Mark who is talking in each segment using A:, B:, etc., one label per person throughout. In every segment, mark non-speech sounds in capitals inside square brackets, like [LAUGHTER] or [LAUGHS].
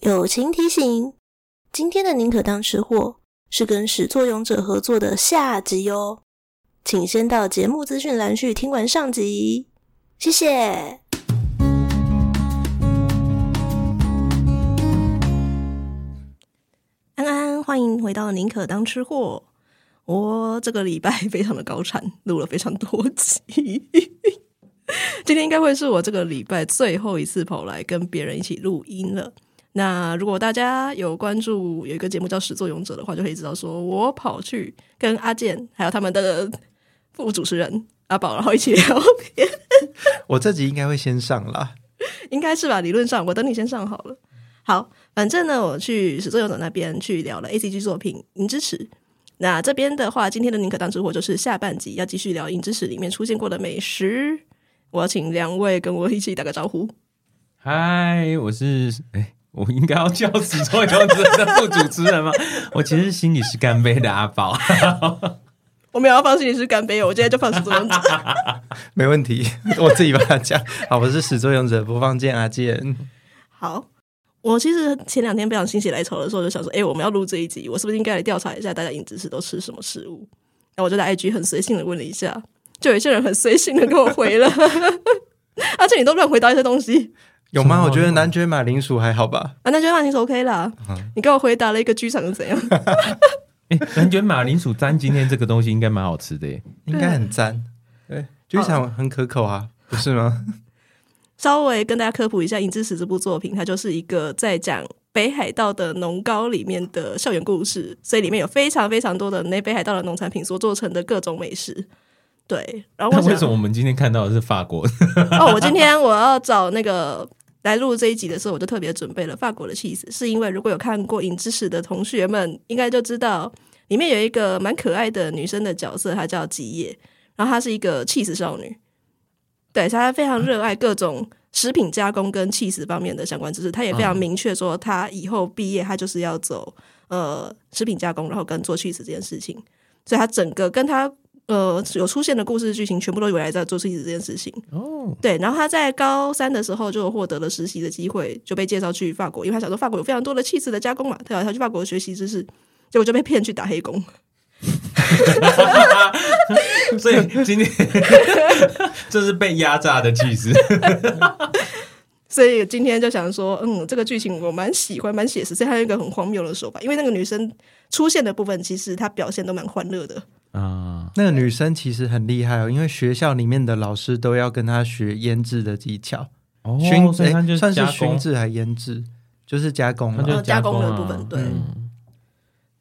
A: 友情提醒：今天的宁可当吃货是跟始作俑者合作的下集哦，请先到节目资讯栏去听完上集，谢谢。安安，欢迎回到宁可当吃货。我这个礼拜非常的高产，录了非常多集。 [LAUGHS] 今天应该会是我这个礼拜最后一次跑来跟别人一起录音了。那如果大家有关注有一个节目叫《始作俑者》的话，就可以知道说我跑去跟阿健还有他们的副主持人阿宝，然后一起聊天，
B: 我这集应该会先上啦。
A: 应该是吧？理论上，我等你先上好了。好，反正呢，我去始作俑者那边去聊了 A C G 作品《银之匙》。那这边的话，今天的宁可当吃货就是下半集要继续聊《银之匙》里面出现过的美食。我要请两位跟我一起打个招呼。
C: 嗨，我是哎、我应该要叫始作俑者的副主持 [LAUGHS] 人吗？我其实心里是干杯的阿宝，
A: 我没有要放心你是干杯哦，我今天就放始作俑者。
B: 没问题， [LAUGHS] 我自己把它讲。好，我是始作俑者播放啊键阿健。
A: 好，我其实前两天非常心血来潮的时候，就想说，哎、我们要录这一集，我是不是应该来调查一下大家饮食是都吃什么食物？然后我就在 IG 很随性的问了一下，就有一些人很随性的给我回了， [LAUGHS] 而且你都乱回答一些东西。
B: 有
C: 什
B: 吗？
C: 么
B: 我觉得男爵马铃薯还好吧。
A: 啊，那就让你是 OK 啦。
C: 啊
A: 你给我回答了一个剧场是怎样？
C: 哎、感觉马铃薯沾今天这个东西应该蛮好吃的耶。
B: 应该很赞。
C: 啊
B: 对，剧场很可口
C: 哦
B: 啊，不是吗？
A: 稍微跟大家科普一下，《银之匙》这部作品，它就是一个在讲北海道的农高里面的校园故事，所以里面有非常非常多的那北海道的农产品所做成的各种美食。对，然后
C: 那
A: 我想
C: 为什么我们今天看到的是法 [LAUGHS] 国？
A: [LAUGHS] 哦，我今天我要找那个来录这一集的时候，我就特别准备了法国的 cheese，是因为如果有看过《影之史》的同学们，应该就知道里面有一个蛮可爱的女生的角色，她叫吉野，然后她是一个 cheese 少女，对，所以她非常热爱各种食品加工跟 cheese 方面的相关知识，她也非常明确说，她以后毕业她就是要走呃食品加工，然后跟做 cheese 这件事情，所以她整个跟她。呃，有出现的故事剧情全部都围绕在做 cheese 这件事情，
C: 哦，
A: 对，然后他在高三的时候就获得了实习的机会，就被介绍去法国，因为他想说法国有非常多的气质的加工嘛，他要他去法国学习知识，结果就被骗去打黑工。
C: 所以今天 [LAUGHS] 这是被压榨的气势。
A: 所以今天就想说，嗯，这个剧情我蛮喜欢，蛮写实，所以他有一个很荒谬的手法，因为那个女生出现的部分，其实她表现都蛮欢乐的。
C: 啊，
B: [LAUGHS] 那个女生其实很厉害哦，因为学校里面的老师都要跟她学腌制的技巧，
C: 哦，
B: 熏
C: 所以它
B: 诶
C: 就是
B: 算
C: 加
B: 是熏
C: 工，
B: 制还腌制，就是加工
C: 它就
B: 了。
C: 是
A: 哦加工
C: 工
A: 的
C: 啊
A: 部分对
C: 嗯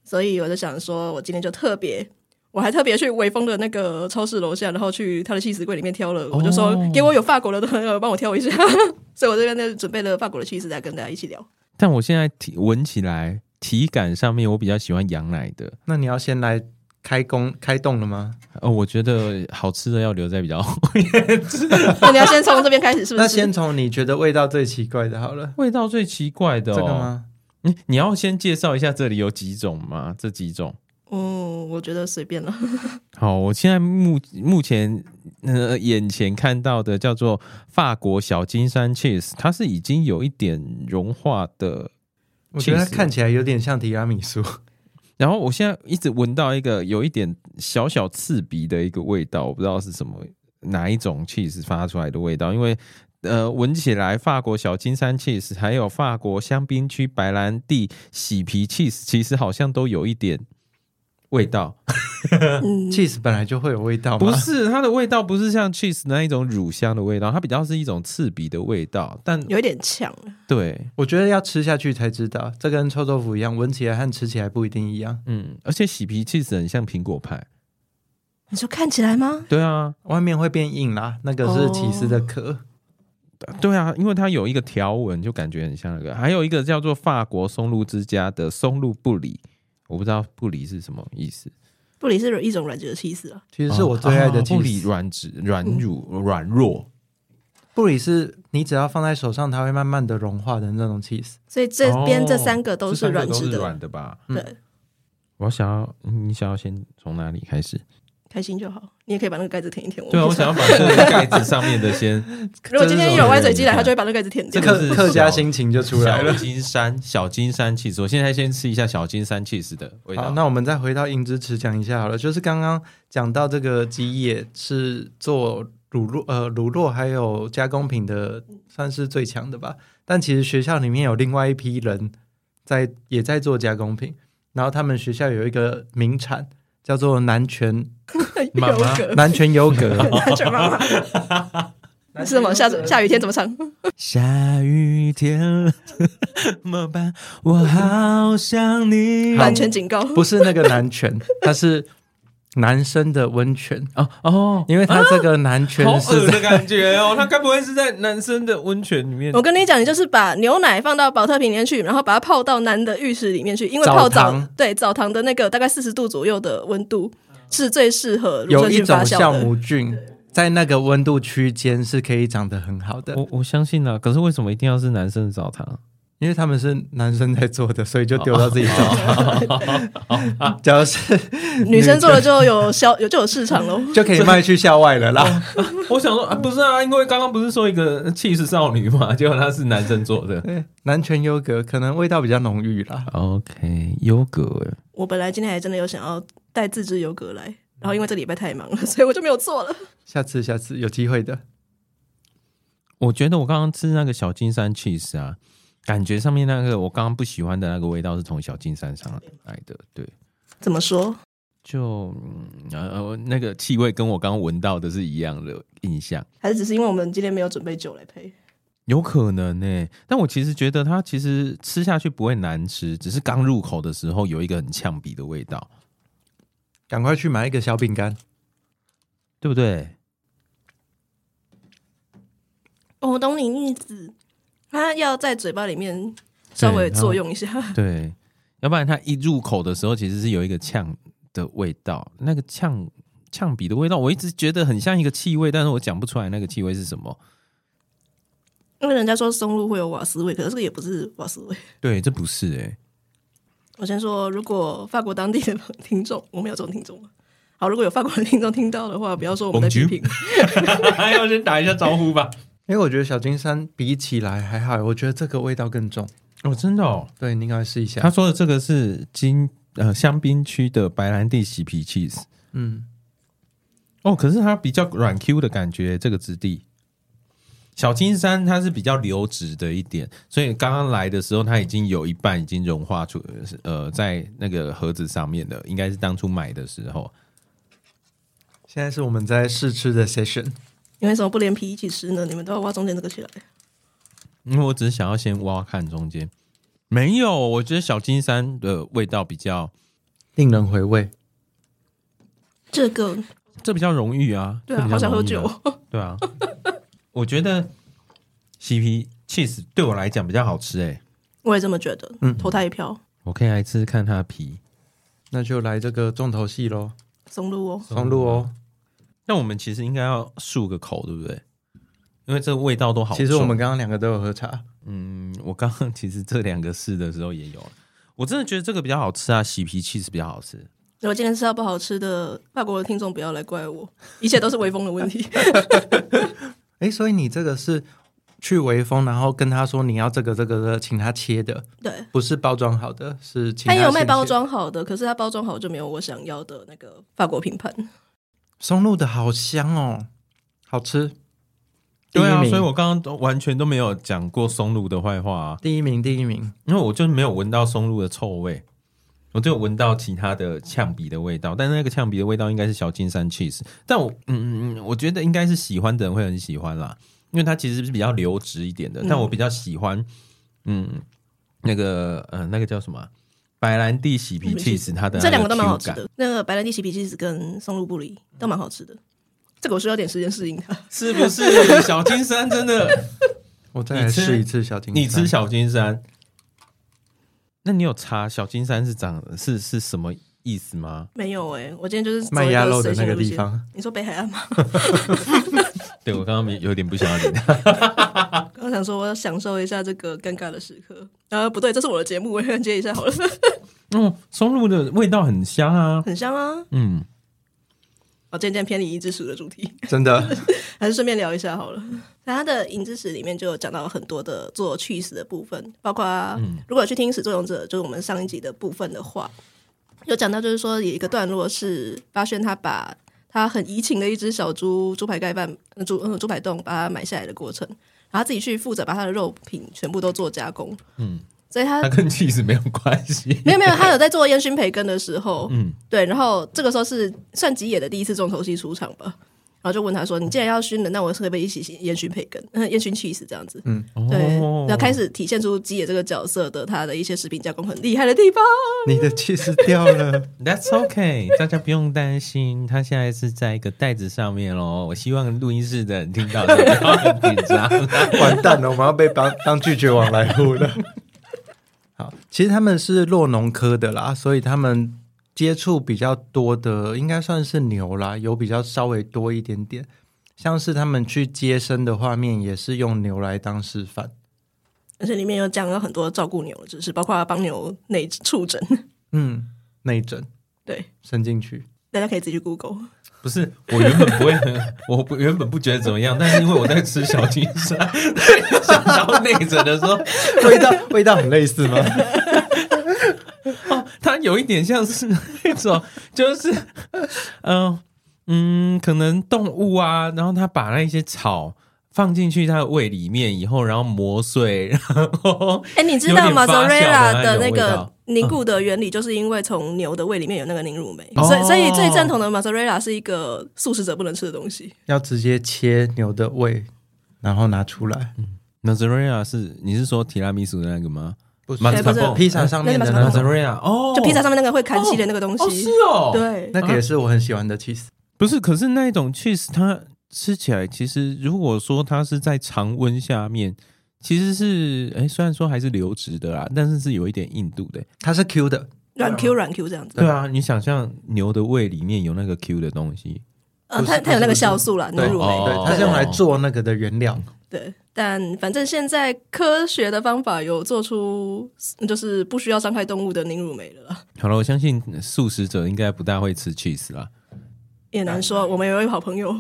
A: 所以我就想说，我今天就特别，我还特别去威风的那个超市楼下，然后去他的气死柜里面挑了，我就说
C: 哦
A: 给我有法国的朋友帮我挑一下， [LAUGHS] 所以我这边就准备了法国的气死来跟大家一起聊。
C: 但我现在体闻起来体感上面，我比较喜欢羊奶的。
B: 那你要先来开工开动了吗？
C: 哦，我觉得好吃的要留在比较 [LAUGHS] 后
A: [LAUGHS] 那你要先从这边开始，是不是？
B: 那先从你觉得味道最奇怪的好了，
C: 味道最奇怪的、哦，
B: 这个？吗？
C: 你你要先介绍一下这里有几种吗？这几种？
A: 嗯，我觉得随便了。 [LAUGHS]
C: 好，我现在目目前呃眼前看到的叫做法国小金山 cheese，它是已经有一点融化的。
B: 我觉得它
C: cheese
B: 看起来有点像提拉米苏。
C: 然后我现在一直闻到一个有一点小小刺鼻的一个味道，我不知道是什么哪一种 cheese 发出来的味道，因为呃闻起来法国小金山 cheese 还有法国香槟区白兰地洗皮 cheese 其实好像都有一点味道。
A: 嗯，
B: cheese 本来就会有味道吗？ [LAUGHS]
C: 不是，它的味道不是像 cheese 那一种乳香的味道，它比较是一种刺鼻的味道。但
A: 有一点呛。
C: 对，
B: 我觉得要吃下去才知道，这跟臭豆腐一样，闻起来和吃起来不一定一样。
C: 嗯，而且洗皮 cheese 很像苹果派。
A: 你说看起来吗？
C: 对啊，
B: 外面会变硬啦，那个
A: 哦
B: 是起司的壳。
C: 对啊，因为它有一个条纹，就感觉很像那个。还有一个叫做法国松露之家的松露布里，我不知道布里是什么意思。
A: 布里是一种软质的气死啊。
B: 其实是我最爱的
C: 啊
B: 起
C: 布里
B: 司。
C: 软质、软乳、软弱。
B: 布里是你只要放在手上，它会慢慢的融化的那种起司。
A: 所以这边
C: 哦
A: 这三个都
C: 这
A: 是
C: 三个
A: 软
C: 都
A: 质
C: 是嗯
A: 的，
C: 软的吧？
A: 对，
C: 我想要，你想要先从哪里开始？
A: 开心就好。你也可以把那个盖子舔一舔。
C: 对啊，
A: 不
C: 我
A: 知
C: 想
A: 道
C: 要把这个盖子上面的先
A: 如果今天有歪嘴鸡来，他
C: 这是什么
A: 就会把那个盖子舔
C: 这
A: 掉。 [LAUGHS]
C: 个是
B: 客客家心情就出来
C: 小
B: 了。
C: 金山小金山 cheese，我现在先吃一下小金山 cheese 的味
B: 好，
C: 道。
B: 那我们再回到银之池讲一下好了，就是刚刚讲到这个基业是做乳酪呃乳酪还有加工品的，算是最强的吧。但其实学校里面有另外一批人在也在做加工品，然后他们学校有一个名产叫做南
C: [LAUGHS]
B: 泉
C: 妈
A: 有 [LAUGHS]
C: 妈 [LAUGHS]
A: 梗，
B: 南泉优格，
A: 南拳妈妈
C: [LAUGHS]
A: 是什么？下下雨天怎么唱？
C: 下雨天了怎么办？我好想你。
A: 版权警告。
B: 不是那个南泉，它是男生的温泉，
C: 哦哦，
B: 因为它这个南泉
C: 好
B: 是
C: 恶
B: 在、
C: 的感觉哦！他该不会是在男生的温泉里面？
B: 嗯
A: 我跟你讲，你就是把牛奶放到保特瓶里面去，然后把它泡到男的浴室里面去，因为泡
B: 澡
A: 澡
B: 堂
A: 对澡堂的那个大概四十度左右的温度是最适合乳
B: 有
A: 酸
B: 一
A: 菌
B: 种
A: 发酵
B: 酵
A: 的。
B: 母菌。在那个温度区间是可以长得很好的，
C: 我我相信啊，可是为什么一定要是男生的澡堂？
B: 因为他们是男生在做的，所以就丢到自己头 [LAUGHS] 上。假如是
A: 女生做了就有销 [LAUGHS] 有就有市场喽。
B: 就可以卖去校外了啦。
C: 我想说啊，不是啊，因为刚刚不是说一个气势少女嘛，结果她是男生做的。
B: 对南泉优格可能味道比较浓郁啦。
C: OK，优格哎，
A: 我本来今天还真的有想要带自制油格来，然后因为这礼拜太忙了， [LAUGHS] 所以我就没有做了。
B: 下次下次有机会的，
C: 我觉得我刚刚吃那个小金山 cheese 啊，感觉上面那个我刚刚不喜欢的那个味道是从小金山上来的，对。
A: 怎么说？
C: 就嗯呃，那个气味跟我刚刚闻到的是一样的印象，
A: 还是只是因为我们今天没有准备酒来配？
C: 有可能呢、但我其实觉得它其实吃下去不会难吃，只是刚入口的时候有一个很呛鼻的味道，
B: 赶快去买一个小饼干。
C: 对不对？
A: 哦我懂你意思，它要在嘴巴里面稍微作用一下。 [LAUGHS]
C: 对，要不然它一入口的时候其实是有一个呛的味道，那个呛呛鼻的味道，我一直觉得很像一个气味，但是我讲不出来那个气味是什么。
A: 因为人家说松露会有瓦斯味，可是这个也不是瓦斯味。
C: 对，这不是哎、
A: 我先说，如果法国当地的听众，我们有这种听众吗？啊好，如果有法国的听众听到的话，不要说我们在批评，
C: 还要先打一下招呼吧。
B: 因为我觉得小金山比起来还好，我觉得这个味道更重。
C: 哦，真的哦，
B: 对，你赶快试一
C: 他
B: 下。
C: 说的这个是金呃香槟区的白兰地洗皮 cheese
B: 嗯，
C: 哦，可是它比较软 Q 的感觉，这个质地。小金山它是比较流质的一点，所以刚刚来的时候，它已经有一半已经融化出呃在那个盒子上面的，应该是当初买的时候。
B: 现在是我们在试吃的 session。
A: 你为什么不连皮一起吃呢？你们都要挖中间这个起来。
C: 因为我只是想要先挖看中间，没有，我觉得小金山的味道比较，
B: 令人回味。
A: 这个
C: 这比较容易啊，
A: 对
C: 这
A: 啊，
C: 比较
A: 好想喝
C: 容易啊
A: 酒。
C: 对啊，我觉得 CP cheese 对我来讲比较好吃哎、
A: [LAUGHS] 我也这么觉得，
B: 嗯
A: 投他一票，
C: 我可以来吃吃看它的皮。
B: 那就来这个重头戏喽，
A: 松露哦。
B: 松露哦。
C: 那我们其实应该要漱个口，对不对？因为这个味道都好重。
B: 其实我们刚刚两个都有喝茶，
C: 嗯，我刚刚其实这两个试的时候也有了，我真的觉得这个比较好吃啊，洗皮 cheese 比较好吃。
A: 如果今天吃到不好吃的，法国的听众不要来怪我，一切都是微风的问 [LAUGHS] 题。
B: 诶，所以你这个是去微风，然后跟他说你要这个这个这个，请他切的，
A: 对，
B: 不是包装好的，是请
A: 他也有卖
B: 现切
A: 包。装好的，可是他包装好就没有我想要的那个法国品牌。
B: 松露的好香哦，好吃。
C: 对啊，
B: 第一名
C: 所以我刚刚都完全都没有讲过松露的坏话啊，
B: 第一名，第一名，
C: 因为我就没有闻到松露的臭味，我就有闻到其他的呛鼻的味道，但是那个呛鼻的味道应该是小金山 cheese，但我嗯嗯嗯，我觉得应该是喜欢的人会很喜欢啦，因为它其实是比较流质一点的，
A: 嗯
C: 但我比较喜欢嗯那个呃那个叫什么啊白兰地洗皮 cheese，它的
A: 嗯这两个都蛮好
C: 那
A: 吃
C: Q 感，
A: 的，那个白兰地洗皮 cheese 跟松露布里都蛮好吃的。这个我需要点时间适应它。
C: 是
A: [LAUGHS]
C: 不是？小金山真的，
B: 我再来
C: 你吃
B: 试一次小金，
C: 你吃，小金山，那你有查小金山是长是是什么意思吗？
A: 没有哎、我今天就是走
B: 卖
A: 一
B: 鸭肉
A: 个
B: 的
A: 随性
B: 那个
A: 路
B: 地
A: 线。
B: 方，
A: 你说北海岸吗？ [LAUGHS]
C: 对我刚刚没有点不想要点。
A: 刚刚想说我要享受一下这个尴尬的时刻。啊，不对，这是我的节目，我也接一下好了。 [LAUGHS]
C: 哦嗯，松露的味道很香啊。
A: 很香啊，
C: 嗯，
A: 哦，渐渐偏离银之石的主题，
B: 真 [LAUGHS] 的
A: 还是顺便聊一下好了。那它的银之石里面就有讲到很多的做 cheese 的部分，包括、如果有去听《始作俑者》，就是我们上一集的部分的话，有讲到就是说有一个段落是巴轩他把他很移情的一只小猪猪排盖饭呃猪呃猪排冻把它买下来的过程，然后他自己去负责把它的肉品全部都做加工，嗯，所以他
C: 它跟 cheese 没有关系。
A: 没有没有，他有在做烟熏培根的时候，嗯，对，然后这个时候是算吉野的第一次重头戏出场吧，然后就问他说：“你既然要熏了，那我可不可以一起烟熏培根？ [LAUGHS] 嗯，烟熏 cheese 这样子。”嗯， [LAUGHS] 对，
C: 哦
A: 然后开始体现出吉野这个角色的他的一些食品加工很厉害的地方。
B: 你的气死掉了。
C: That's okay，大家不用担心，他现在是在一个袋子上面喽。我希望录音室的人听到，不要很紧张。
B: [LAUGHS] 完蛋了，我们要被当当拒绝往来户了。 [LAUGHS] 好，其实他们是洛农科的啦，所以他们接触比较多的应该算是牛啦，有比较稍微多一点点。像是他们去接生的画面，也是用牛来当示范。
A: 而且里面有讲了很多照顾牛的知识，包括帮牛内触诊，
B: 嗯，内诊
A: [LAUGHS] 对，
B: 伸进 [LAUGHS] 去，
A: 大家可以自己去 Google。
C: 不是，我原本不会很，我不原本不觉得怎么样，但是因为我在吃小金山，想到内诊的时候，
B: 味道味道很类似吗？
C: 哦，它有一点像是 [LAUGHS] 那种，就是，嗯、嗯，可能动物啊，然后它把那些草放进去它的胃里面以后，然后磨碎，然后
A: 哎，你知
C: 有
A: 道
C: 点发酵
A: mozzarella
C: 的
A: 的那
C: 那种味
A: 个
C: 道嗯
A: 凝固的原理，就是因为从牛的胃里面有那个凝乳酶，
C: 哦
A: 所以所以最正统的 mozzarella 是一个素食者不能吃的东西。
B: [LAUGHS] 要直接切牛的胃，然后拿出来。
C: mozzarella 是你是说提拉米苏的那个吗？
B: 不
C: 马
A: 不是
B: 披萨上面的那
A: 那个
B: 种，
C: mozzarella 哦，
A: 就披萨上面那个会砍漆的那个东
C: 哦是
A: 西。
C: 哦，，
A: 对，
B: 那个也是我很喜欢的 cheese。
C: 不是，可是那一种 cheese 它吃起来，其实如果说它是在常温下面，其实是哎、虽然说还是流质的啦，但是是有一点硬度的、
B: 它是 Q 的，
A: 软 Q 软 Q 这样子。
C: 对啊，你想象牛的胃里面有那个 Q 的东西，
A: 呃，
B: 不是
A: 它它有那个酵素啦，凝
B: 对
A: 乳
C: 哦
A: 酶。
B: 对，它是用来做那个的原料。
A: 对，但反正现在科学的方法有做出，嗯就是不需要伤害动物的凝乳酶了啦。
C: 好了，我相信素食者应该不大会吃 cheese 啦。
A: 也难说，我们有一位好朋友，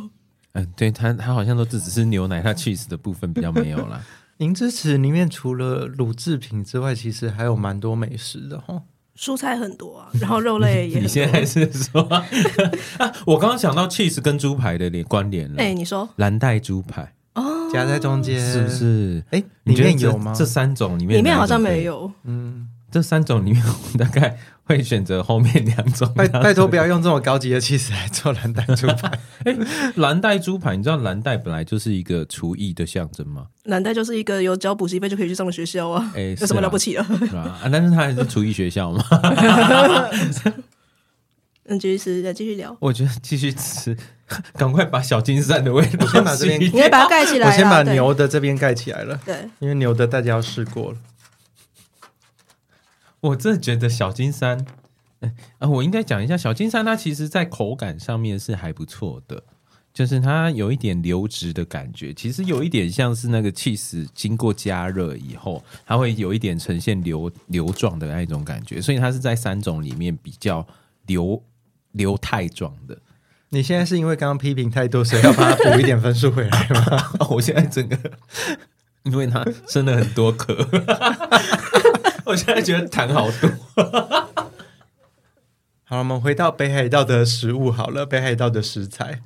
C: 嗯，对他，他好像都只只吃牛奶，他 cheese 的部分比较没有
B: [LAUGHS]
C: 啦。
B: 银之匙里面除了乳制品之外，其实还有蛮多美食的哈。
A: 蔬菜很多啊，然后肉类也
C: 你现
A: 很
C: 在
A: 多。
C: 是说啊？我刚刚想到 cheese 跟猪排的连关联了，
A: 哎，你说
C: 蓝带猪排
B: 夹在中间
C: 是不？是？
B: 哎，
C: 你
B: 里
C: 觉得
B: 面
C: 这
B: 有吗？
C: 这三种里面
A: 里面好像
C: 哪一种
A: 没
C: 可以。
A: 有，
C: 这三种里面，我大概会选择后面两
B: [LAUGHS]
C: 种。
B: 拜拜托，不要用这么高级的 cheese 来做蓝带猪排。
C: [LAUGHS] 蓝带猪排，你知道蓝带本来就是一个厨艺的象征吗？
A: 蓝带就是一个有交补习费就可以去上的学校啊，
C: 哎
A: 有
C: 是
A: 什么
C: 啦
A: 了不起啊？ [LAUGHS]
C: 是吧？啊，但是它还是厨艺学校嘛。
A: 嗯，继续吃，再继续聊。
C: 我觉得继续吃， [LAUGHS] 赶快把小金扇的味道
B: 先把这边
C: 洗
A: 你可以把它盖起来
B: 我
A: 啦。
B: 先把
A: 对
B: 牛的这边盖起来了，
A: 对，
B: 因为牛的大家要试过了。
C: 我真的觉得小金山，哎啊，我应该讲一下，小金山它其实在口感上面是还不错的，就是它有一点流质的感觉，其实有一点像是那个 cheese 经过加热以后，它会有一点呈现流流状的那一种感觉，所以它是在三种里面比较流流态状的。
B: 你现在是因为刚刚批评太多，所以要把它补一点分数回来吗？
C: 哦我现在整个，因为它生了很多壳， [LAUGHS] 我现在觉得痰好多。
B: 好，我们回到北海道的食物好了，北海道的食材，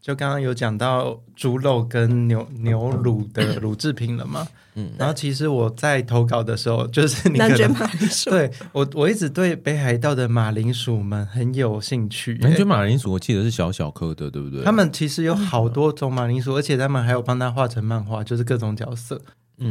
B: 就刚刚有讲到猪肉跟牛牛乳的乳制品了嘛。嗯，然后其实我在投稿的时候，就是你可
A: 南
B: 能
A: 卷马铃薯，
B: 对我我一直对北海道的马铃薯们很有兴趣、
C: 南
B: 欸
C: 卷马铃薯我记得是小小颗的，对不对？
B: 他们其实有好多种马铃薯，而且他们还有帮它画成漫画，就是各种角色。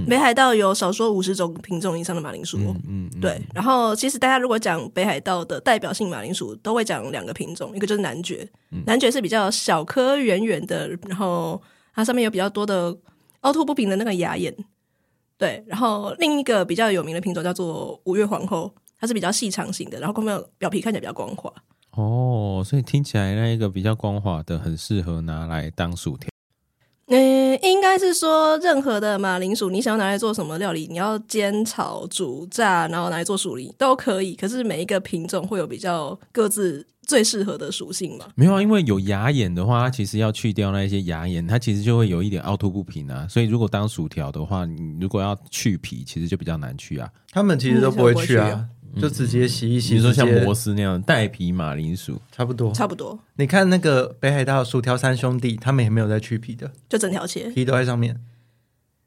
A: 北海道有少说五十种品种以上的马铃薯哦、
C: 嗯，嗯，
A: 对，然后其实大家如果讲北海道的代表性马铃薯，都会讲两个品种，一个就是南蕨，南蕨是比较小颗圆圆的，然后它上面有比较多的凹凸不平的那个芽眼。对，然后另一个比较有名的品种叫做五月皇后，它是比较细长型的，然后光表表皮看起来比较光滑。
C: 哦，所以听起来那一个比较光滑的，很适合拿来当薯条。
A: 嗯，应该是说任何的马铃薯，你想要拿来做什么料理，你要煎、炒、煮、炸，然后拿来做薯泥都可以。可是每一个品种会有比较各自最适合的属性嘛？
C: 没有啊，因为有牙眼的话，它其实要去掉那一些牙眼，它其实就会有一点凹凸不平啊。所以如果当薯条的话，你如果要去皮，其实就比较难去啊。
B: 他们其实都不会去
A: 嗯
B: 啊，就直接洗一洗，
C: 比如说像
B: 直接
C: 摩斯那样带皮马铃薯，
B: 差不多。
A: 差不多，
B: 你看那个北海道薯条三兄弟，他们也没有在去皮的，
A: 就整条切。
B: 皮都在上面。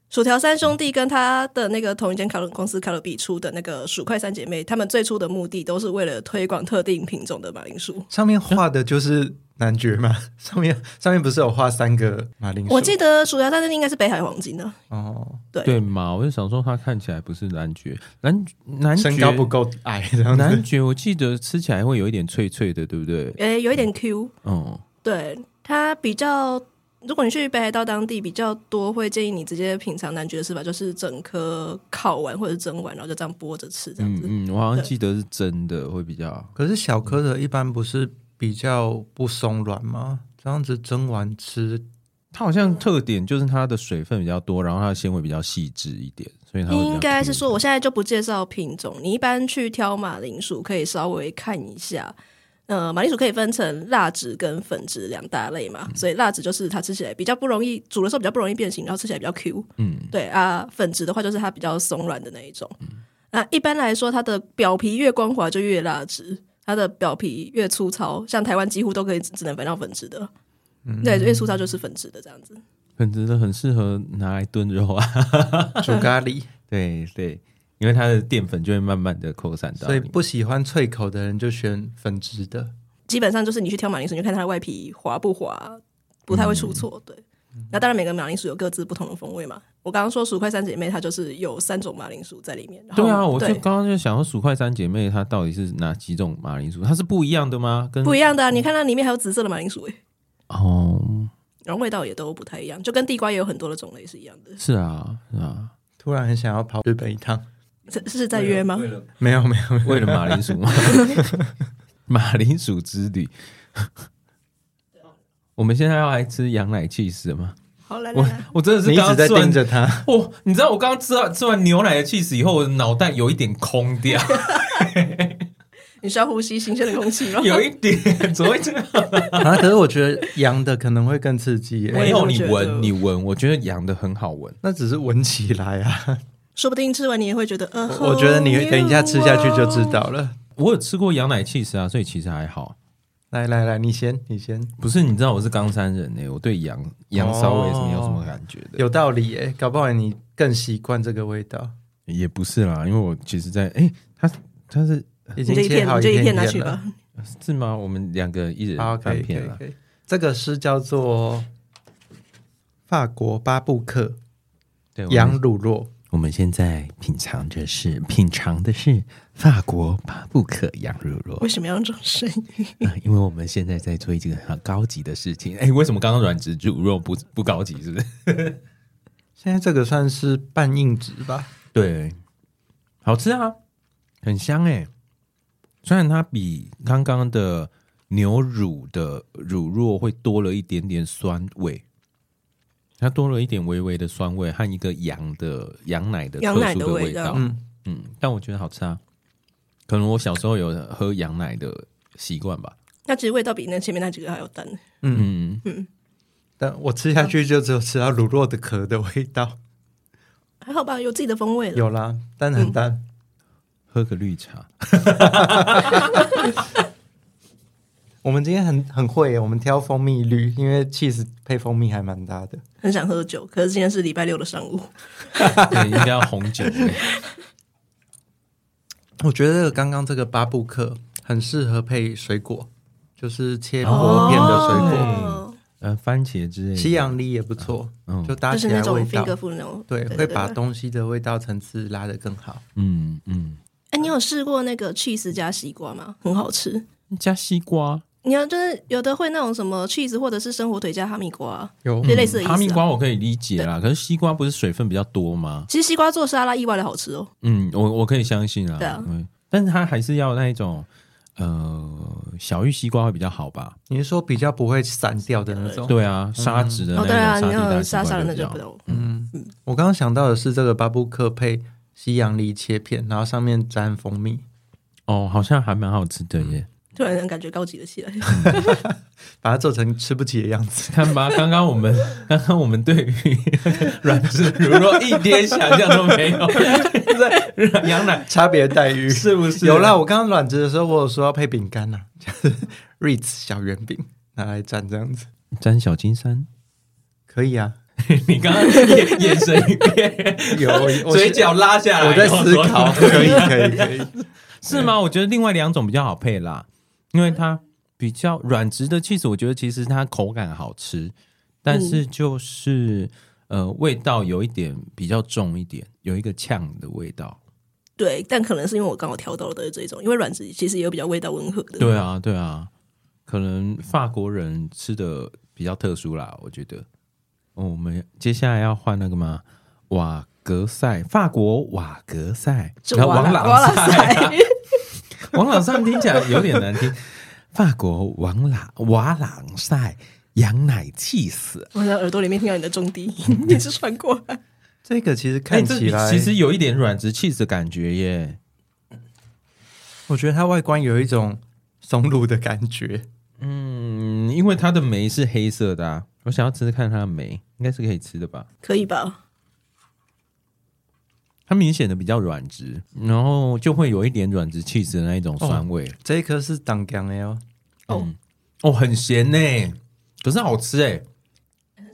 A: 薯条三兄弟跟他的那个同一间烤冷公司卡乐比出的那个薯块三姐妹，他们最初的目的都是为了推广特定品种的马铃薯。
B: 上面画的就是男爵嘛， [LAUGHS] 上面上面不是有画三个马铃薯？
A: 我记得薯条三兄弟应该是北海黄金的，
B: 哦，
A: 对，
C: 对嘛？我就想说，它看起来不是男爵，男男爵
B: 身高不够矮，这样
C: 男
B: 子。
C: 爵，我记得吃起来会有一点脆脆的，对不对？
A: 诶、有一点 Q，
C: 嗯，
A: 对它比较，如果你去北海道当地比较多，会建议你直接品尝男爵的吃法，就是整颗烤完或者蒸完，然后就这样剥着吃，这样
C: 嗯
A: 子。
C: 嗯，我好像
A: 对
C: 记得是真的会比较。
B: [LAUGHS] 可是小颗的一般不是比较不松软吗？这样子蒸完吃，
C: 它好像特点就是它的水分比较多，然后它的纤维比较细致一点，所以它会比较
A: 应该是
C: Q
A: 说，我现在就不介绍品种。你一般去挑马铃薯，可以稍微看一下。呃，马铃薯可以分成蜡质跟粉质两大类嘛，
C: 嗯
A: 所以蜡质就是它吃起来比较不容易煮的时候比较不容易变形，然后吃起来比较 Q。
C: 嗯，
A: 对啊，粉质的话就是它比较松软的那一种。那一般来说，它的表皮越光滑就越蜡质，它的表皮越粗糙，像台湾几乎都可以只只能买到粉质的。
C: 嗯
A: 对，越粗糙就是粉质的这样子。
C: 很值得，很适合拿来炖肉啊。 [LAUGHS]
B: 煮咖喱，
C: 对对，因为它的淀粉就会慢慢的扩散到
B: 所以
C: 里面。
B: 不喜欢脆口的人就选粉质的。
A: 基本上就是你去挑马铃薯，你就看它的外皮滑不滑，不太会
C: 嗯
A: 出错。对，那当然每个马铃薯有各自不同的风味嘛。我刚刚说薯块三姐妹，它就是有三种马铃薯在里面。然后
C: 对啊，我就
A: 对
C: 刚刚就想说，薯块三姐妹它到底是哪几种马铃薯？它是不一样的吗？跟
A: 不一样的、啊，你看它里面还有紫色的马铃薯、欸，
C: 哦，
A: 然后味道也都不太一样，就跟地瓜也有很多的种类是一样的。
C: 是啊是啊，
B: 突然很想要跑日本一趟，
A: 是是在约吗？
B: 没有没有没有，
C: [LAUGHS] 为了马铃薯吗？马铃薯之旅。啊我们现在要来吃羊奶气死吗？
A: 好，来来
C: 我
A: 来，
C: 我真的是
B: 你一直
C: 刚刚
B: 在
C: 吃完
B: 盯着他，
C: [LAUGHS] 哦，你知道我刚刚吃完吃完牛奶的 cheese 以后，我的脑袋有一点空 [LAUGHS] 掉，
A: 你需要呼吸新鲜的空气
B: [LAUGHS]
A: 吗？
C: 有一点，怎么会这样？
B: 啊，可是我觉得羊的可能会更刺激耶，
A: 我也
C: 没
A: 这
C: 有，
A: 么
C: 你
A: 觉得
C: 闻，你闻，我觉得羊的很好闻。
B: 那只是闻起来啊，
A: 说不定吃完你也会觉得，呃，
B: 我我觉得你
A: 好
B: 等一下吃下去就知
A: 牛哦。
B: 道了。
C: 我有吃过羊奶 cheese 啊，所以其实还好。
B: 来来来，你先，你先，
C: 不是，你知道我是冈山人呢、我对羊羊骚味是没有什么感觉的。
B: 有道理耶，搞不好你更习惯这个味道。
C: 也不是啦，因为我其实在，哎、它它是
B: 已
A: 嗯你
B: 经
A: 这一
B: 切
A: 片，
B: 好
A: 你这一
B: 片
A: 片拿去
B: 了
A: 吧。。
C: 是吗？我们两个一人
B: 好，可
C: 半
B: 以可以
C: 片了。
B: 可以。这个诗叫做法国巴布克
C: 对，我们
B: 羊乳酪，
C: 我们现在品尝的是品尝的是法国巴布克羊肉肉
A: 为什么要用这种声音？ [LAUGHS]
C: 啊，因为我们现在在做一件很高级的事情。哎，为什么刚刚软植猪肉不不高级？是不是？
B: 现在这个算是半硬质吧？
C: 对，好吃啊，很香哎、虽然它比刚刚的牛乳的乳酪会多了一点点酸味，它多了一点微微的酸味和一个羊的羊奶的
A: 羊
C: 特
A: 奶
C: 殊
A: 的
C: 的
A: 味
C: 味
A: 道
C: 道。
B: 嗯
C: 嗯，但我觉得好吃啊。可能我小时候有喝羊奶的习惯吧。
A: 那其实味道比那前面那几个还要淡。
B: 嗯，
C: 嗯，
B: 但我吃下去就只有吃到乳酪的壳的味道，
A: 还好吧，有自己的风味了。
B: 有啦，但很淡。
A: 嗯
C: 喝个绿茶。
B: 我们今天很很会耶，我们挑蜂蜜绿，因为 cheese 配蜂蜜还蛮搭的。
A: 很想喝酒，可是今天是礼拜六的上午，
C: 对，应该要红 [LAUGHS] 酒味。
B: 我觉得刚刚这个巴布克很适合配水果，就是切
C: 哦
B: 薄片的水果，
A: 哦
C: 呃，番茄之类的。
B: 西洋梨也不错，
C: 嗯
B: 就搭
A: 就
B: 起
A: 是那
B: 来
A: 种
B: 味
A: finger
B: 道。
A: food 那种。
B: 对，
A: 对
B: 会
A: 对
B: 把
A: 对
B: 东西的味道层次拉得更好。
C: 嗯嗯，
A: 哎，你有试过那个 cheese 加西瓜吗？很好吃。
C: 加西瓜。
A: 你要就是有的会那种什么 cheese 或者是生火腿加哈密瓜，
B: 有
A: 就类似的意思、啊。
C: 哈密瓜我可以理解啦，可是西瓜不是水分比较多吗？
A: 其实西瓜做沙拉意外的好吃哦。
C: 嗯，我我可以相信啦。
A: 对啊
C: 嗯但是它还是要那一种呃小玉西瓜会比较好吧？
B: 你是说比较不会散掉的那种？
C: 对啊，沙质的那
A: 哦，对啊，
C: 种
A: 你
C: 沙地
A: 要
C: 带
A: 沙
C: 西
A: 沙的
C: 瓜就
A: 那
C: 比
A: 就
C: 较
A: 不
C: 好。
A: 懂。
B: 嗯，我刚刚想到的是这个巴布克配西洋梨切片，然后上面沾蜂蜜。
C: 哦，好像还蛮好吃
A: 嗯
C: 的耶。
A: 突然感觉高级了起 [LAUGHS] 来。
B: 把它做成吃不起的样
C: [LAUGHS]
B: 子。
C: 看吧，刚刚我们刚刚我们对于软质乳酪一点想象都没有， [LAUGHS] 对羊奶
B: 差别待遇
C: 是不是
B: 有啦，？我刚刚软质的时候，我有说要配饼干呐、就是 [LAUGHS] Ritz 小圆饼拿来蘸这样子，
C: 沾小金山， [LAUGHS]
B: 可以啊。
C: 你刚刚眼眼神一变，
B: 有，我我
C: [LAUGHS] 嘴角拉下来，
B: 我在思考，可以可以可以。
C: 是吗？我觉得另外两种比较好配啦，因为它比较软质的 cheese，我觉得其实它口感好吃，但是就是、呃味道有一点比较重一点，有一个呛的味道。
A: 对，但可能是因为我刚好挑到了的这一种，因为软质其实也有比较味道温和的。
C: 对啊，对啊，可能法国人吃的比较特殊啦，我觉得。哦我们接下来要换那个吗？瓦格赛，法国瓦格赛，
A: 是
C: 然后
A: 瓦
C: 王
A: 拉瓦
C: 朗
A: 拉
C: 赛啊， [LAUGHS]
A: 塞，
C: 王朗赛听起来有点难听。法国王朗瓦朗赛羊奶气死，
A: 我在耳朵里面听到你的中低音 [LAUGHS] 一直穿过啊来。
B: 这个其实看起
C: 哎
B: 来，
C: 这其实有一点软质气质的感觉耶。
B: 我觉得它外观有一种松露的感觉。 [LAUGHS]
C: 嗯，因为它的梅是黑色的、啊，我想要吃吃看它的梅，应该是可以吃的吧？
A: 可以吧？
C: 它明显的比较软质，然后就会有一点软质气质的那一种酸味。
B: 这一颗是党姜的哦，
A: 哦
C: 嗯哦，很咸呢、可是好吃哎、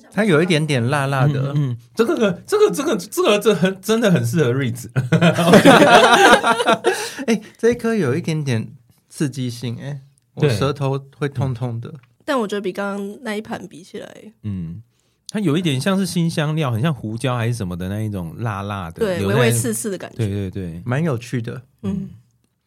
B: 它有一点点辣辣
C: 嗯
B: 的，哦
C: 嗯，这个这个这个这个这很真的很适合 Ritz，嗯
B: 哎、这一颗有一点点刺激性，哎，我
C: 对
B: 舌头会痛痛的。
A: 但我觉得比刚刚那一盘比起来，
C: 嗯，它有一点像是新香料，很像胡椒还是什么的那一种辣辣的，
A: 对
C: 留
A: 微
C: 在
A: 微刺刺的感
C: 对
A: 觉。
C: 对对， [LAUGHS]
B: 蛮有趣的，
A: 嗯，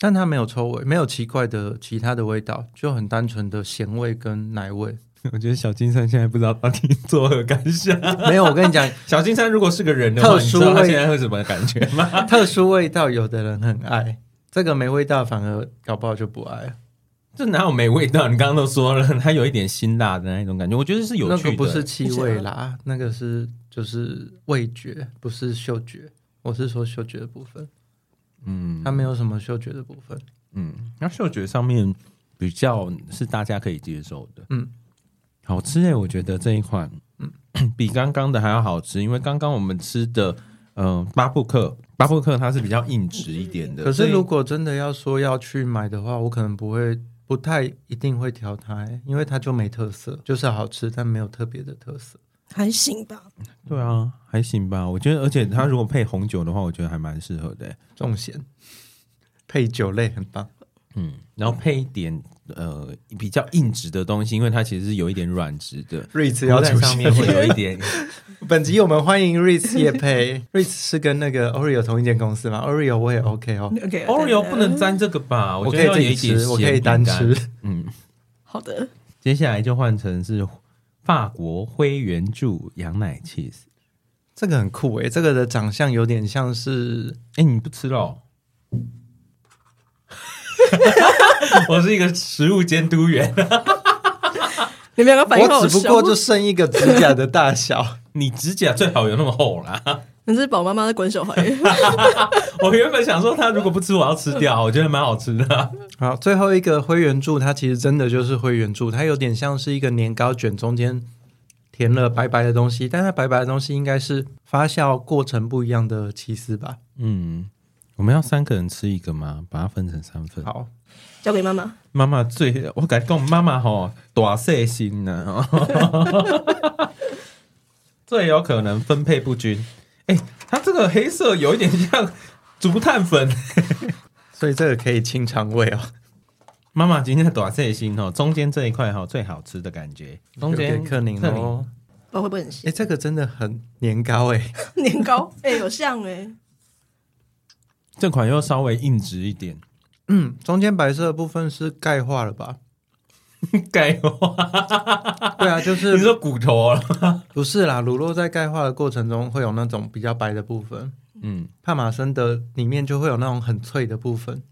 B: 但它没有臭味，没有奇怪的其他的味道，就很单纯的咸味跟奶
C: [LAUGHS]
B: 味。
C: 我觉得小金山现在不知道到底作何感想。
B: 没有，我跟你讲，
C: [LAUGHS] 小金山如果是个人的话，
B: 特
C: 你
B: 殊
C: 知道他
B: 味
C: 现在会什么感觉吗？
B: 特殊味道有的人很爱，这个没味道反而搞不好就不爱了。
C: [LAUGHS] 这哪有没味道？你刚刚都说了，它有一点辛辣的那一种感觉，我觉得是有
B: 那
C: 趣
B: 个
C: 的。
B: 不是气味啦，那个是就是味觉，不是嗅觉。我是说嗅觉的部分，
C: 嗯
B: 它没有什么嗅觉的部分。
C: 嗯，那嗅觉上面比较是大家可以接受的，
B: 嗯，
C: 好吃诶、我觉得这一款，嗯， [CLEARS THROAT] 比刚刚的还要好吃，因为刚刚我们吃的，嗯、巴布克，巴布克它是比较硬质一点的，
B: 可
C: 所
B: 是
C: 以
B: 如果真的要说要去买的话，我可能不会，不太一定会挑它、欸因为它就没特色，就是好吃，但没有特别的特色。
A: 还行吧。
C: 对啊，还行吧，我觉得，而且它如果配红酒的话，我觉得还蛮适合的、欸
B: 重咸配酒类很
C: [LAUGHS]
B: 棒。
C: 嗯，然后配一点呃比较硬质的东西，因为它其实是有一点软质的，
B: 瑞兹
C: 口在上面会有一
B: [LAUGHS]
C: 点
B: 本集我们欢迎瑞兹叶配。 [LAUGHS] 瑞兹是跟那个 Oreo 同一间公司嘛？Oreo 我也 OK 哦，
A: OK，
C: Oreo 不能沾这个吧？
B: 我
C: 觉
B: 可
C: 得
B: 以
C: 要
B: 自
C: 有
B: 己
C: 一点
B: 吃，我
C: 咸
B: 可以
C: 饼
B: 单
C: 干
B: 吃。。
C: 嗯，
A: 好的，
C: 接下来就换成是法国灰原著羊奶 cheese。
B: 这个很酷欸
C: 欸
B: 诶、这个的长相有点像是
C: 哎、你不吃 [LAUGHS] 喽？我是一个食物监督员，
A: 你们两个反应好
B: 我只不过就
A: 凶
B: 剩一个指甲的大小。 [LAUGHS]
C: 你指甲最好有那么厚啦。
A: 你是宝妈妈在管
C: [LAUGHS]
A: 小孩，
C: 我原本想说，他如果不吃，我要吃掉，我觉得蛮好吃的啊。
B: 好，最后一个灰原柱，它其实真的就是灰原柱，它有点像是一个年糕卷，中间填了白白的东西，但它白白的东西应该是发酵过程不一样的起司吧？
C: 嗯，我们要三个人吃一个吗？把它分成三份。
B: 好，
A: 交给妈妈。
C: 妈妈最，我敢讲妈妈吼大细心呢、 [LAUGHS] 最有可能分配不均。哎、它这个黑色有一点像竹炭粉。
B: 所以这个可以清肠胃哦。
C: 妈妈今天的大细心哦，中间这一块哈最好吃的感觉，中
B: 留
C: 间
B: 给克宁
C: 克
B: 哦。
A: 不知道会不会很
B: 哎，
A: 咸？
B: 这个真的很年糕哎、
A: 年糕哎、有像哎、
C: 这款又稍微硬直一 [LAUGHS] 点，
B: 嗯，中间白色的部分是钙化了吧？
C: 钙化。
B: 对啊，就 [LAUGHS]
C: [LAUGHS]
B: 是
C: 你说骨头啊了？
B: 不是啦？乳酪在钙化的过程中会有那种比较白的部分，
C: 嗯，
B: 帕玛森的里面就会有那种很脆的部分。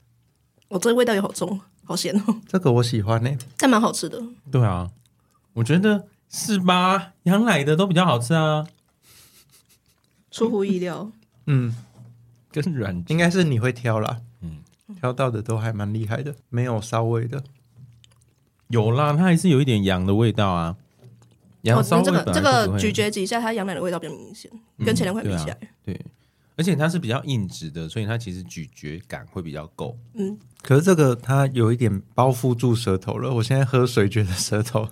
A: 我、这个味道也好重，好咸哦，
B: 这个我喜欢呢、欸
A: 但蛮好吃的。
C: 对啊，我觉得是吧？羊奶的都比较好吃啊，
A: 出乎意料，
B: 嗯，
C: 跟软
B: 应该是你会挑啦，
C: 嗯
B: 嗯，挑到的都还蛮厉害的，没有骚味的。
C: 有啦，它还是有一点羊的味道啊。羊
A: 哦，
C: 骚
A: 那
C: 味
A: 嗯这个
C: 本来
A: 这
C: 就不
A: 个
C: 会
A: 咀嚼几下，它羊奶的味道比较明显，
C: 嗯
A: 跟前两款比起来，
C: 对，而且它是比较硬质的，所以它其实咀嚼感会比较够。
A: 嗯，
B: 可是这个它有一点包覆住舌头了，我现在喝水觉得舌头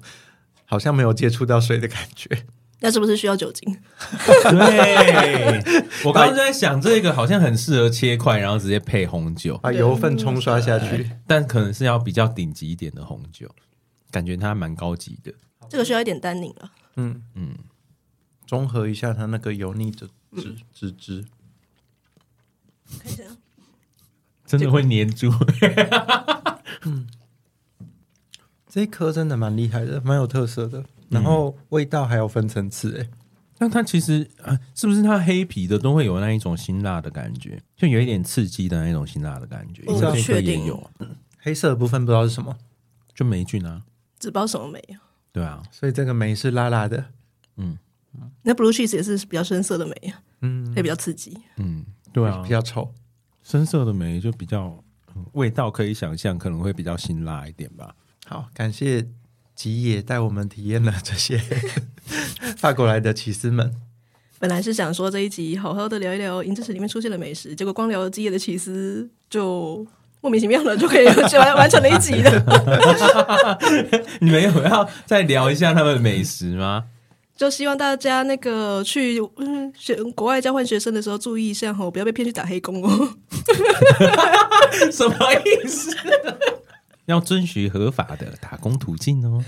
B: 好像没有接触到水的感觉。
A: 那是不是需要酒精？
C: 对， [LAUGHS] 我刚刚就在想这个好像很适合切块，然后直接配红酒，
B: 把油分冲刷下去，
C: 但可能是要比较顶级一点的红酒，感觉它蛮高级的。
A: 这个需要一点单宁啊了。
B: 嗯嗯，中和一下它那个油腻的脂脂质。
A: 看一下，
C: 真的会粘 [LAUGHS] 住，
B: 这一颗真的蛮厉害的，蛮有特色的，然后味道还有分层次欸诶。
C: 但它其实啊，是不是它黑皮的都会有那一种辛辣的感觉，就有一点刺激的那一种辛辣的感觉，
A: 我
C: 因为这
A: 确
C: 个
A: 定
C: 也有，
B: 黑色的部分不知道是什么，
C: 就霉菌啊，
A: 只包什么酶？
C: 对啊，
B: 所以这个梅是辣辣的。
A: 那 blue cheese 也是比较深色的酶，啊
B: 嗯，
A: 也比较刺激。
C: 嗯，对啊
B: 比，较丑。
C: 深色的梅就比较、嗯味道可以想象，可能会比较辛辣一点吧。 [LAUGHS]
B: 好，感谢吉野带我们体验了这些 [LAUGHS] 法国来的骑士们。
A: 本来是想说这一集好好的聊一聊银之匙里面出现的美食，结果光聊基业的起司就莫名其妙的就可以就完完成了一集
C: [LAUGHS]
A: 了。
C: 你们有要再聊一下他们的美食吗？
A: 就希望大家那个去嗯学国外交换学生的时候注意一下哦，不要被骗去打黑工哦。
C: [LAUGHS] 什么意思？ [LAUGHS] 要遵循合法的打工途径哦。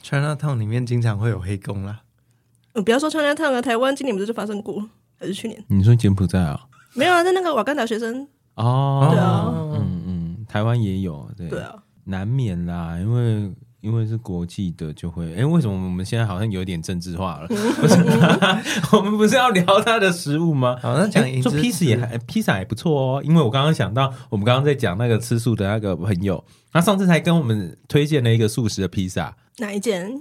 B: China Town 里面经常会有黑工啦，
A: 嗯不要说川南烫了，台湾今年不是就发生过，还是去年？
C: 你说柬埔寨啊？
A: 没有啊，在那个瓦干达学生，
C: 哦，
A: 对啊
C: 嗯嗯，台湾也有，对，
A: 对啊，
C: 难免啦，因为因为是国际的，就会，哎，为什么我们现在好像有点政治化了？ [LAUGHS] 不是， [LAUGHS] 我们不是要聊它的食物吗？
B: 好那讲
C: 诶
B: 银之
C: 哎做披萨也
B: 匙
C: 还披萨也不错哦，因为我刚刚想到，我们刚刚在讲那个吃素的那个朋友，他上次才跟我们推荐了一个素食的披萨，
A: 哪一件？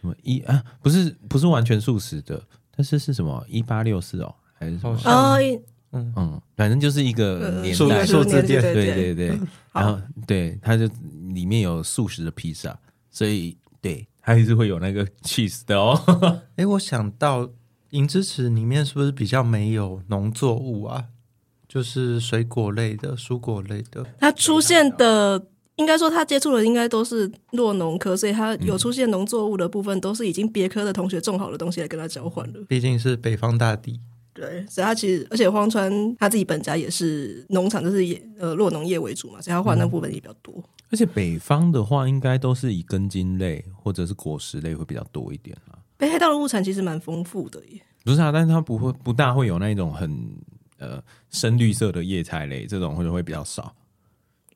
C: 什么一啊，不是不是完全素食的，但是是什么一八六四哦，还是什
B: 好
C: 么？
B: 像
A: 哦，
C: 嗯，反正就是一个
A: 呃
C: 年
B: 素
C: 代，
B: 素字
A: 对
B: 店
A: 对
C: 对
A: 对
C: 对对，然后对，它就里面有素食的披萨，所以对，它还是会有那个 cheese 的哦。
B: 诶，我想到银之匙里面是不是比较没有农作物啊？就是水果类的、蔬果类的，
A: 他出现的，应该说他接触的应该都是弱农科，所以他有出现农作物的部分，都是已经别科的同学种好的东西来跟他交换了。
B: 毕竟是北方大地。
A: 对，所以他其实，而且荒川他自己本家也是农场，就是也呃弱农业为主嘛，所以他换那部分也比较多。
C: [LAUGHS] 而且北方的话，应该都是以根茎类或者是果实类会比较多一点啊。
A: 北海道的物产其实蛮丰富的耶，
C: 不是啊，但是它不会不大会有那种很呃深绿色的叶菜类，这种会会比较少。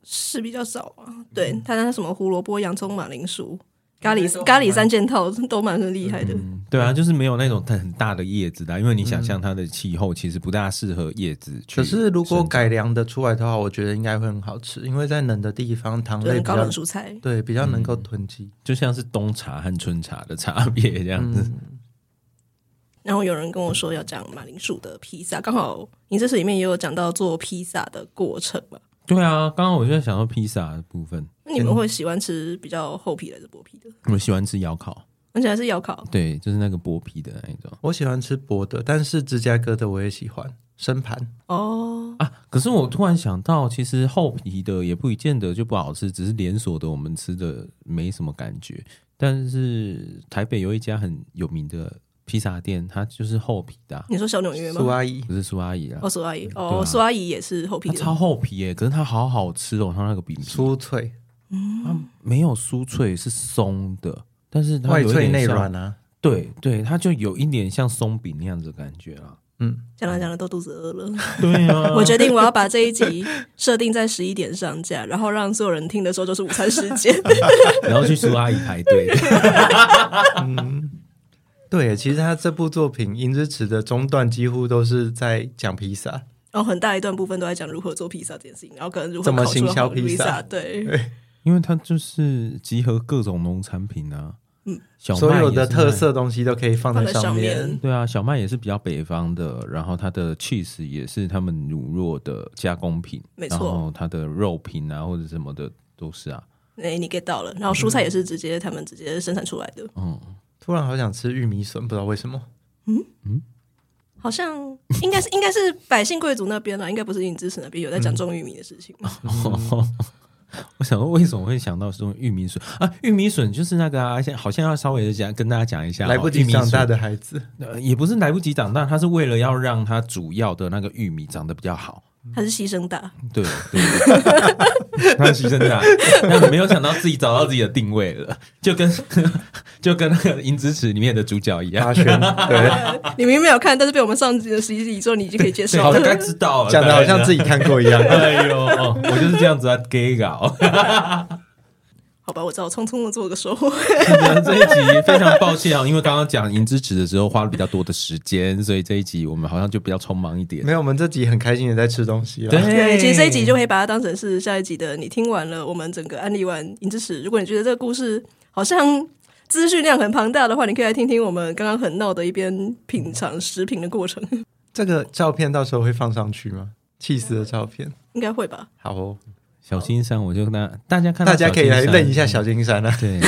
A: 是比较少啊。对，他那什么胡萝卜、洋葱、马铃薯、咖喱咖喱三件套都蛮厉害的。
C: 嗯，对啊，就是没有那种很大的叶子的啊，因为你想象它的气候其实不大适合叶子去
B: 可
C: 生长。
B: 是如果改良的出来的话，我觉得应该会很好吃，因为在冷的地方，糖
A: 就
B: 类
A: 很
B: 比
A: 高
B: 较
A: 冷蔬菜，
B: 对比较能够囤积。
C: 就像是冬茶和春茶的差别这样
B: 嗯
C: 子。
A: 然后有人跟我说要讲马铃薯的披萨，刚好你这次里面也有讲到做披萨的过程嘛。
C: 对啊，刚刚我就在想到披萨的部分，
A: 那你们会喜欢吃比较厚皮的还是薄皮的？
C: 我喜欢吃窑烤，
A: 而且还是要烤，
C: 对，就是那个剥皮的那一种
B: 我喜欢吃薄的，但是芝加哥的我也喜欢生盘。
A: 哦。
C: 啊。可是我突然想到，其实厚皮的也不见得就不好吃，只是连锁的我们吃的没什么感觉。但是台北有一家很有名的披萨店，它就是厚皮的啊、
A: 你说小纽约
B: 苏
A: 吗？
B: 阿姨，
C: 不是苏阿姨啦
A: 嗯哦，，苏阿姨，啊
C: 对啊
A: 哦，苏阿姨也是厚皮
C: 它
A: 的，
C: 超厚皮耶、可是它好好吃哦，它那个饼皮
B: 酥脆，
C: 没有酥脆，是松的，但是它
B: 外
C: 有一
B: 脆
C: 点
B: 内
C: 像
B: 软啊。
C: 对对，它就有一点像松饼那样子的感觉啊。
B: 嗯，
A: 讲了讲了都肚子饿了。
C: 对啊
A: 我决定我要把这一集设定在十一点上架，然后让所有人听的时候就是午餐时 [LAUGHS] 间。
C: 然后去苏阿姨排队。
B: 对，其实他这部作品《银之匙》的中段几乎都是在讲披萨，
A: 然后很大一段部分都在讲如何做披萨这件事情，然后可能如何
B: 怎么
A: 烤出
B: 行
A: 好
B: 销
A: 的
B: 披
A: 披
B: 萨
A: 萨，对，
C: 因为它就是集合各种农产品啊，
A: 嗯，
C: 小麦
B: 所有
C: 也
B: 的
C: 是
B: 特
C: 卖
B: 色东西都可以放
A: 放
B: 在
A: 在上面
B: 面。
C: 对啊，小麦也是比较北方的，然后它的 cheese 也是他们乳酪的加工品，
A: 没错
C: 然后它的肉品啊或者什么的都是啊，
A: 哎，你 get 到了。然后蔬菜也是直接他们直接生产出来的，
C: 嗯，
B: 突然好想吃玉米笋，不知道为什么。
A: 好像应该是 [LAUGHS] 应该是百姓贵族那边了，啊应该不是影支持那边有在讲种玉米的事情。
C: 哦
B: 嗯
C: [LAUGHS] 我想说为什么会想到说玉米笋啊？玉米笋就是那个啊，现好像要稍微的讲跟大家讲一下哦，
B: 来不及
C: 玉米
B: 长大
C: 笋
B: 的孩子，
C: 呃，也不是来不及长大，它是为了要让它主要的那个玉米长得比较好。
A: 它是牺牲大，
C: 对，对 [LAUGHS] 它是牺牲大，但没有想到自己找到自己的定位了，就跟 [LAUGHS] 就跟那个《银之匙》里面的主角一样
B: 阿。
C: [LAUGHS]
B: 轩，对，
A: 你明明没有看，但是被我们上集的十一集说你已
C: [LAUGHS]
A: 经可以接
C: 对
A: 受
C: 大
A: 了。
C: 概知道了，
B: 讲的好像自
C: 己。
B: 己看过一样。
C: 哎呦， [LAUGHS] 哦我就是这样子啊，gay 搞。 [LAUGHS]
A: 好吧，我只好匆匆的做个收获。
C: 这一集非常抱歉啊，因为刚刚讲银之匙的时候花了比较多的时间，所以这一集我们好像就比较匆忙一点
B: 没。有，我们这集很开心的在吃东西啊了。
C: 哎
A: 对，其实这一集就可以把它当成是下一集的。你听完了我们整个案例完银之匙，如果你觉得这个故事好像资讯量很庞大的话，你可以来听听我们刚刚很闹的一边品尝食品的过程， [LAUGHS]
B: 这个照片到时候会放上去吗？气死的照片，
A: 应该会吧？
B: 好哦，
C: 小金山，我就那大家看到
B: 大家可以
C: 小
B: 来
C: 金山
B: 认一下小金山啊。
C: 对，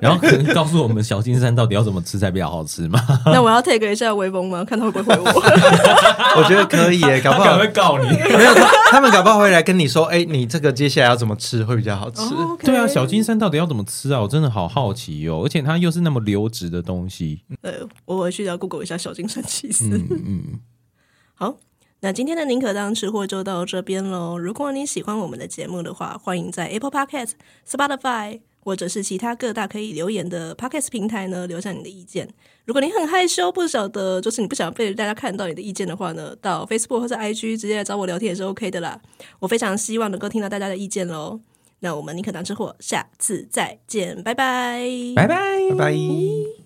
C: 然后可能告诉我们小金山到底要怎么吃才比较好吃嘛？
A: 那我要 take 一下微风吗？看他会不会回
C: [LAUGHS]
A: 我？
B: 我觉得可以耶，搞不好
C: 会告你。
B: 没有他他们搞不好会来跟你说，哎，你这个接下来要怎么吃会比较好吃？
A: [LAUGHS] 哦，OK
C: 对啊，小金山到底要怎么吃啊？我真的好好奇哟、而且它又是那么流质的东西。
A: 呃，我回去要 Google 一下小金山气死。
C: 嗯嗯，
A: [LAUGHS] 好，那今天的宁可当吃货就到这边喽。如果你喜欢我们的节目的话，欢迎在 Apple Podcast、Spotify 或者是其他各大可以留言的 Podcast 平台呢留下你的意见。如果你很害羞，不晓得就是你不想被大家看到你的意见的话呢，到 Facebook 或者 IG 直接来找我聊天也是 OK 的啦。我非常希望能够听到大家的意见喽。那我们宁可当吃货，下次再见，拜拜。
C: 拜拜。
B: 拜拜。